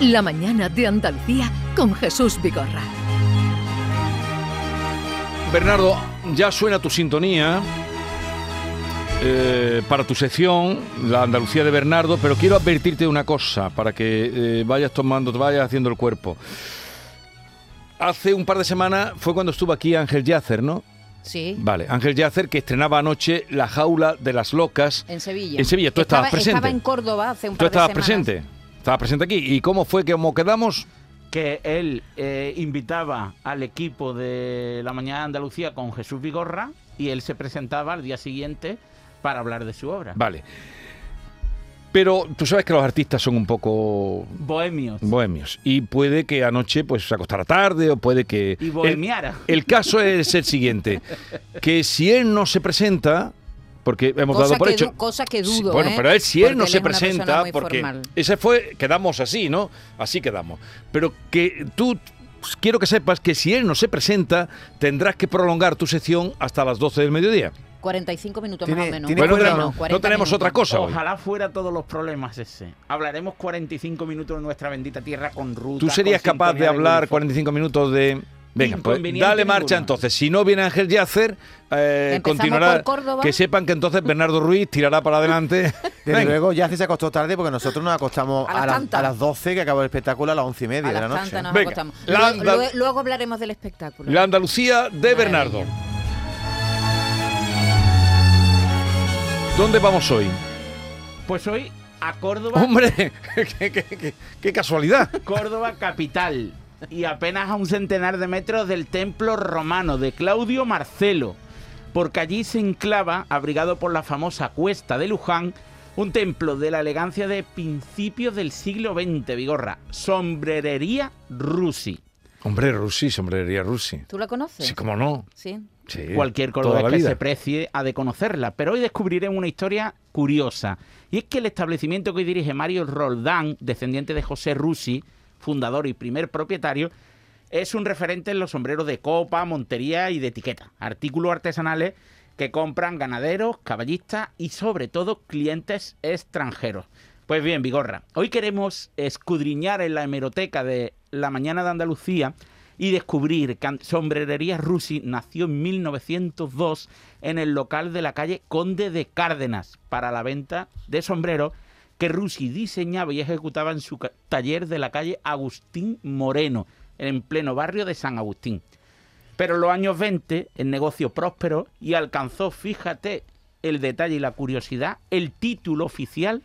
La mañana de Andalucía con Jesús Vigorra. Bernardo, ya suena tu sintonía eh, para tu sección, la Andalucía de Bernardo, pero quiero advertirte de una cosa para que eh, vayas tomando, te vayas haciendo el cuerpo. Hace un par de semanas fue cuando estuvo aquí Ángel Yacer, ¿no? Sí. Vale, Ángel Yacer que estrenaba anoche La jaula de las locas. En Sevilla. En Sevilla, tú Estaba- estabas presente. Estaba en Córdoba hace un tú par de estabas semanas. presente. Estabas presente aquí. ¿Y cómo fue que como quedamos? que él eh, invitaba al equipo de La Mañana de Andalucía con Jesús Vigorra y él se presentaba al día siguiente para hablar de su obra. Vale. Pero tú sabes que los artistas son un poco Bohemios. bohemios. Y puede que anoche pues se acostara tarde o puede que... Y bohemiara. El, el caso es el siguiente, que si él no se presenta, porque hemos Cosa dado por que hecho... du- cosa que Sí, dudo, bueno, ¿eh? pero él si él Porque no él se es una persona presenta, muy porque... formal. Ese fue, quedamos así, ¿no? Así quedamos. Pero que tú... pues, Quiero que sepas que si él no se presenta, tendrás que prolongar tu sección hasta las 12 del mediodía. 45 minutos Tiene- más o menos. tiene Bueno, no cuerda, tenemos- ¿no? no, 40 tenemos minutos. otra cosa hoy. Ojalá fuera todos los problemas ese. Hablaremos 45 minutos de nuestra bendita tierra con ruta. ¿Tú serías capaz de hablar 45 minutos de... Venga, pues dale Inconveniente marcha ninguno. entonces. Si no viene Ángel Yacer, eh, Empezamos continuará. por Córdoba. Que sepan que entonces Bernardo Ruiz tirará para adelante. Desde Venga. luego, ya se acostó tarde porque nosotros nos acostamos A a, las las, tantas. a las 12, que acabó el espectáculo a las 11 y media A de la las noche. tantas nos Venga, acostamos. la Luego- Andal- luego, luego hablaremos del espectáculo. La Andalucía de Maravilla. Bernardo. ¿Dónde vamos hoy? Pues hoy a Córdoba, Hombre, qué, qué- qué- qué casualidad. Córdoba capital. Y apenas a un centenar de metros del templo romano de Claudio Marcelo. Porque allí se enclava, abrigado por la famosa cuesta de Luján, un templo de la elegancia de principios del siglo XX, Vigorra. Sombrerería Rusi. Hombre, Rusi, sombrería Rusi. ¿Tú la conoces? Sí, cómo no. Sí. Sí, Cualquier Eh, toda la cordobés que vida. se precie ha de conocerla. Pero hoy descubriremos una historia curiosa. Y es que el establecimiento que hoy dirige Mario Roldán, descendiente de José Rusi, fundador y primer propietario, es un referente en los sombreros de copa, montería y de etiqueta. Artículos artesanales que compran ganaderos, caballistas y sobre todo clientes extranjeros. Pues bien, Vigorra, hoy queremos escudriñar en la hemeroteca de La Mañana de Andalucía y descubrir que An- Sombrerería Rusi nació en 1902 en el local de la calle Conde de Cárdenas para la venta de sombreros que Rusi diseñaba y ejecutaba en su ca- taller de la calle Agustín Moreno, en pleno barrio de San Agustín. Pero en los años 20 el negocio próspero y alcanzó, fíjate el detalle y la curiosidad, el título oficial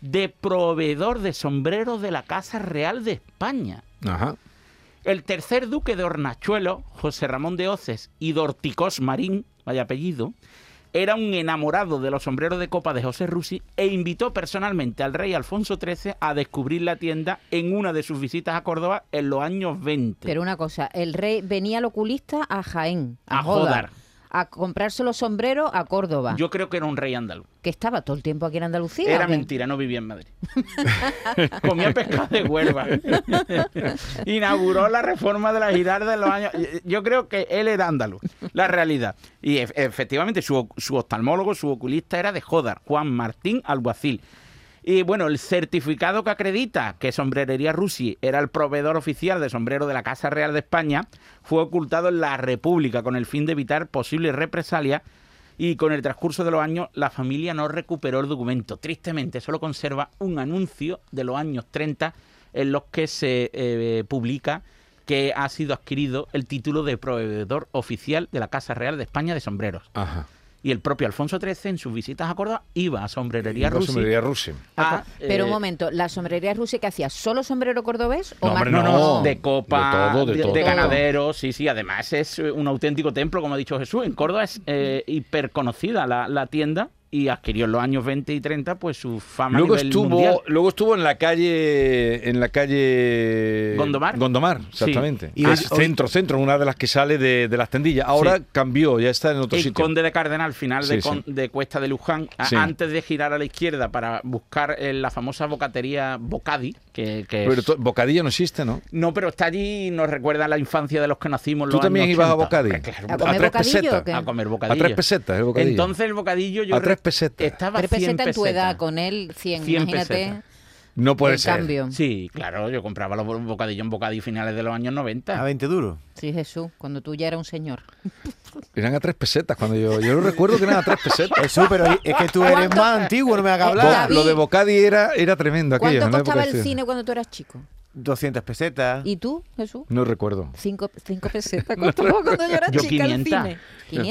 de proveedor de sombreros de la Casa Real de España. Ajá. El tercer duque de Hornachuelo, José Ramón de Oces y Dorticós Marín, vaya apellido, era un enamorado de los sombreros de copa de José Rusi e invitó personalmente al rey Alfonso XIII a descubrir la tienda en una de sus visitas a Córdoba en los años 20. Pero una cosa, el rey venía al oculista a Jaén, a, A Jodar. a comprarse los sombreros a Córdoba, Yo creo que era un rey andaluz. que estaba todo el tiempo aquí en Andalucía. Era ¿o qué? mentira, no vivía en Madrid. Comía pescado de Huelva. Inauguró la reforma de la Girarda en los años. Yo creo que él era andaluz, la realidad. Y ef- efectivamente, su, su oftalmólogo, su oculista era de Jodar, Juan Martín Alguacil. Y bueno, el certificado que acredita que Sombrerería Rusi era el proveedor oficial de sombrero de la Casa Real de España fue ocultado en la República con el fin de evitar posibles represalias y con el transcurso de los años la familia no recuperó el documento. Tristemente, solo conserva un anuncio de los años 30 en los que se eh, publica que ha sido adquirido el título de proveedor oficial de la Casa Real de España de sombreros. Ajá. Y el propio Alfonso XIII en sus visitas a Córdoba iba a Sombrerería La Rusi. sombrería Rusi. Ah, a, Pero un eh, momento, ¿la sombrería rusa que hacía? ¿Solo sombrero cordobés o No, más? hombre, No, no, no. de copa, De todo, de todo. ganaderos, sí, sí. Además es eh, un auténtico templo, como ha dicho Jesús. En Córdoba es eh, hiperconocida la, la tienda y adquirió en los años 20 y 30 pues su fama a Luego nivel estuvo, mundial. luego estuvo en la calle, en la calle Gondomar. Gondomar, Sí. exactamente. Y Ah, hoy- hoy- centro, centro, una de las que sale de, de las tendillas. Ahora Sí. cambió, ya está en otro El sitio. conde de Cárdenas, al final de, Sí, con- sí. de Cuesta de Luján, a- Sí. antes de girar a la izquierda para buscar eh, la famosa bocatería Bocadi, que, que es- Pero to- bocadillo no existe, ¿no? No, pero está allí y nos recuerda la infancia de los que nacimos. ¿Tú los también años ibas a 80. Bocadi? Hombre, claro, ¿A comer tres bocadillo pesetas. o qué? a comer A bocadillo. tres pesetas el bocadillo. Entonces el bocadillo yo A re- tres pesetas. estaba a Tres 100 pesetas en tu edad, pesetas. con él 100, 100 imagínate. pesetas. No puede el ser. cambio. Sí, claro, yo compraba los bocadillos en bocadillo finales de los años 90. A 20 duros. Sí, Jesús, cuando tú ya eras un señor. Eran a tres pesetas cuando yo. Yo no recuerdo que eran a tres pesetas. Jesús, pero es que tú eres más antiguo, no me hagas Bo- Bo- hablar. Eh, David. lo de Bocadi era, era tremendo aquello. ¿Cuánto en la época costaba de el estudiante. cine cuando tú eras chico? 200 pesetas. ¿Y tú, Jesús? No recuerdo. Cinco, cinco pesetas costaba cuando yo era Yo chica el 500. cine.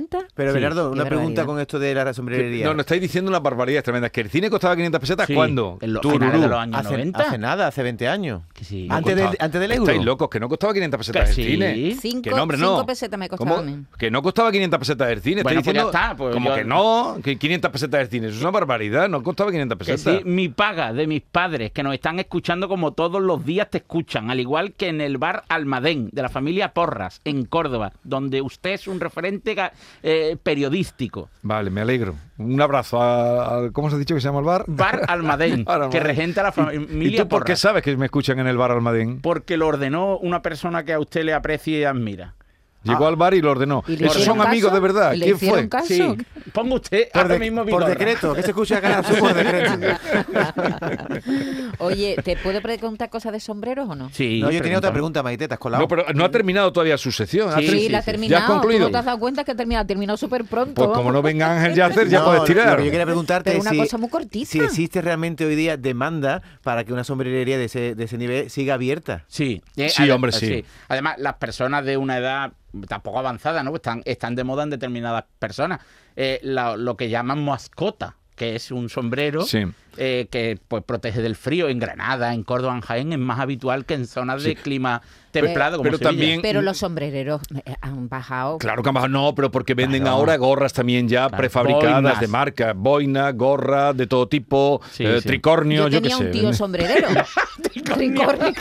¿500? Pero, Sí, Bernardo, qué una pregunta barbaridad. con esto de la sombrerería. No, este no estáis diciendo una barbaridad tremenda. Que el cine costaba 500 pesetas Sí, cuando. En los finales de los años hace, 90. hace nada, hace 20 años. Que sí. antes, del, antes del euro. Estáis locos, que no costaba 500 pesetas Que el sí. cine. Cinco, que no, hombre, cinco no. pesetas me ¿Cómo? costaba a mí. Que no costaba 500 pesetas el cine. Bueno, Estáis pues ya diciendo está, pues como yo- que no, que 500 pesetas el cine. Eso es una barbaridad, no costaba 500 Que pesetas. sí, mi paga de mis padres que nos están escuchando como todos los días te escuchan, al igual que en el bar Almadén de la familia Porras en Córdoba, donde usted es un referente ga- eh, periodístico. Vale, me alegro. Un abrazo a, a- ¿Cómo os ha dicho que se llama el bar? Bar Almadén, Bar Almadén. que regenta la ¿Y familia tú por qué Porras. sabes que me escuchan en el bar Almadén? Porque lo ordenó una persona que a usted le aprecia y admira. Llegó al bar y lo ordenó. ¿Y le Esos son hicieron amigos caso? de verdad. ¿Y le ¿Quién hicieron fue? caso? Sí, ponga usted Por, ahora de- mismo por Vigorra. decreto, que se escucha Canal Sur por decreto. Oye, ¿te puedo preguntar cosas de sombreros o no? Sí, No, yo tenía otra pregunta. pregunta, Maite, te has colado. No, pero no ha terminado todavía su sección. Sí, Ha Sí, terminado. la ha sí, sí. terminado. Ya has ¿Tú concluido. no te has dado cuenta que termina, terminó súper pronto. Pues como no venga Ángel Yacer, ya No, puedes Lo tirar. que yo quería preguntarte Pero es una si, cosa muy cortita. si existe realmente hoy día demanda para que una sombrerería de ese, de ese nivel siga abierta. Sí, Eh, Sí, adem- hombre, sí. Además, las personas de una edad tampoco avanzada, ¿no? Están, están de moda en determinadas personas. Eh, la- lo que llaman mascota, que es un sombrero Sí. eh, que pues protege del frío. En Granada, en Córdoba, en Jaén es más habitual que en zonas de clima templado. como pero Sevilla. también- Pero los sombrereros eh, han bajado. Claro que han bajado. no, pero porque venden Claro. ahora gorras también ya Claro, prefabricadas boinas. de marca, boina, gorra de todo tipo, Sí, eh, sí. tricornio, yo yo, qué tenía sé. un tío sombrerero. Tricornio.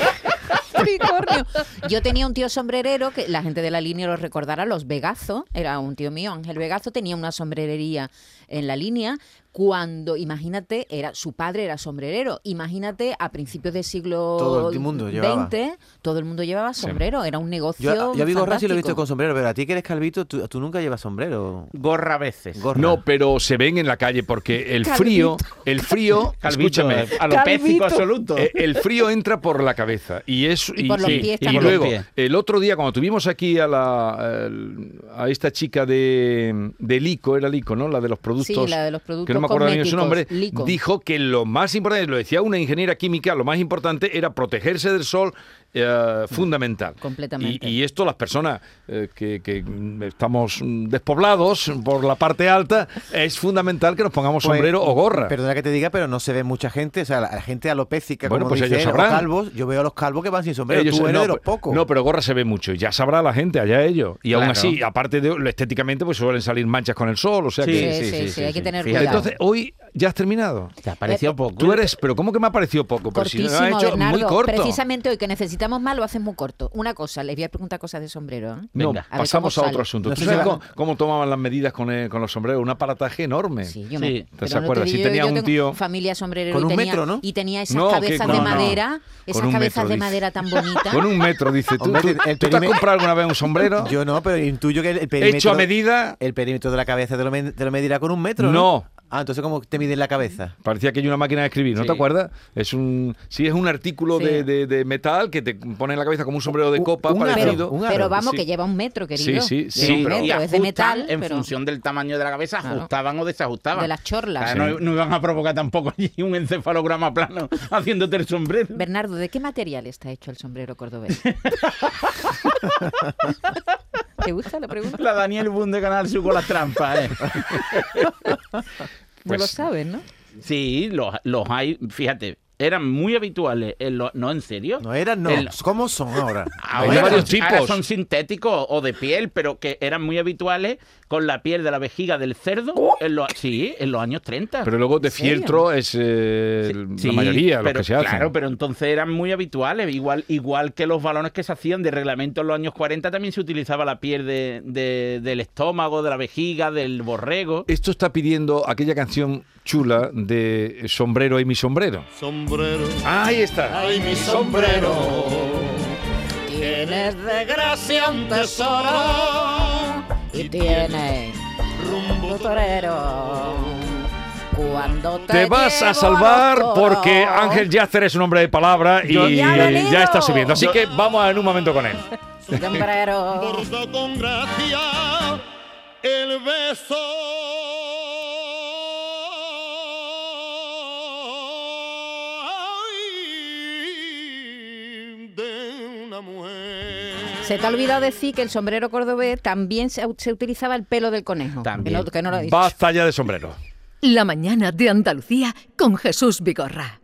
Tricornio. Yo tenía un tío sombrerero que la gente de la línea lo recordará, los Vegazo, era un tío mío, Ángel Vegazo, tenía una sombrerería en la línea. Cuando, imagínate, era su padre era sombrerero. Imagínate, a principios del siglo Todo el mundo llevaba. XX, todo el mundo llevaba sombrero. Era un negocio. Yo, yo a Vigorra sí lo he visto fantástico. con sombrero, pero a ti que eres calvito, tú, tú nunca llevas sombrero. Gorra a veces. Gorra. No, pero se ven en la calle porque el frío, el frío, Calvito, escúchame, eh, alopécico absoluto. eh, el frío entra por la cabeza y es Y por los pies y también. luego Por los pies. el otro día cuando tuvimos aquí a la el- a esta chica de, de Lico, era Lico, ¿no? La de los productos Sí, la de los productos que no me acuerdo bien su nombre, cosméticos, Lico. dijo que lo más importante, lo decía una ingeniera química, lo más importante era protegerse del sol, eh, fundamental. Mm, Completamente. Y, y esto las personas eh, que, que, mm, estamos mm, despoblados por la parte alta, es fundamental que nos pongamos Pues, sombrero o gorra. Perdona que te diga, pero no se ve mucha gente. O sea, la, la gente alopécica, Bueno, como pues dice ellos él, o sabrán. calvos. Yo veo a los calvos que van sin sombrero. Ellos- tú eres no, de los pe- pocos. No, pero gorra se ve mucho. y Ya sabrá la gente, allá ellos. Y aún Claro. así, aparte de lo estéticamente, pues suelen salir manchas con el sol. O sea Sí, que. Sí, sí, sí, sí, sí, hay sí. que tener Fíjate. cuidado. Entonces, hoy ya has terminado. Te ha parecido Eh, poco. Tú eres, pero ¿cómo que me ha parecido poco? Pero si Cortísimo, lo has hecho Bernardo. muy corto. Precisamente hoy que necesitamos más lo haces muy corto. Una cosa, les voy a preguntar cosas de sombrero. ¿eh? No, Venga. A ver pasamos a cómo otro sale. asunto. No ¿Tú sé sabes si va- cómo, cómo tomaban las medidas con, eh, con los sombreros? Un aparataje enorme. Sí, yo Sí. me. ¿Te pero se no acuerdas? digo Sí, yo, tenía yo un tengo tío- familia sombrerero Con y un tenía, metro, ¿no? y tenía esas No, que cabezas con- de no, no. madera, Con esas un cabezas metro, de dice. madera tan bonitas. Con un metro, dice. ¿Tú, Hombre, tú- el tú te has perime- comprado alguna vez un sombrero? Yo no, pero intuyo que el, el perímetro. ¿Hecho a medida? El perímetro de la cabeza te lo, men- te lo medirá con un metro. No. Ah, entonces, ¿cómo te miden la cabeza? Parecía que hay una máquina de escribir, ¿no Sí. te acuerdas? Es un, sí, es un artículo Sí. de, de- de metal que te pone en la cabeza como un sombrero de Un- copa un parecido. árbol, un árbol. pero vamos, Sí. que lleva un metro, querido. Lleva Sí, sí, sí, un pero- metro, es y de ajustan metal, En pero función del tamaño de la cabeza, Claro. ajustaban o desajustaban. de las chorlas. Ah, no, no iban a provocar tampoco allí un encefalograma plano haciéndote el sombrero. Bernardo, ¿de qué material está hecho el sombrero cordobés? ¿Te gusta la pregunta? La Daniel Boone de Canal Sur con las trampas, ¿eh? no lo Pues- sabes, ¿no? Sí, los, los hay, fíjate, eran muy habituales. en los- no, en serio. No eran, no. El- ¿Cómo son ahora? Ahora, Hay varios ahora tipos. son sintéticos o de piel, pero que eran muy habituales con la piel de la vejiga del cerdo. En los, sí, en los años 30. Pero luego de ¿En serio? fieltro es eh, Sí, la mayoría los pero, que se hacen. Claro, pero entonces eran muy habituales, igual, igual que los balones que se hacían de reglamento en los años 40, también se utilizaba la piel de- de- del estómago, de la vejiga, del borrego. Esto está pidiendo aquella canción chula de Sombrero y mi sombrero. Sombrero, Ahí está. ay mi sombrero, Tienes de gracia un tesoro y tienes rumbo torero. Cuando te, Te vas llevo a salvar los toros. porque Ángel Yacer es un hombre de palabra y Yo- Ya ha venido. ya está subiendo. Así que vamos en un momento con él. Su sombrero. Borda con gracia el beso ay, de una mujer. Se te ha olvidado decir que el sombrero cordobés también se, se utilizaba el pelo del conejo. También. Que no, que no lo he dicho. Basta ya de sombrero. La mañana de Andalucía con Jesús Vigorra.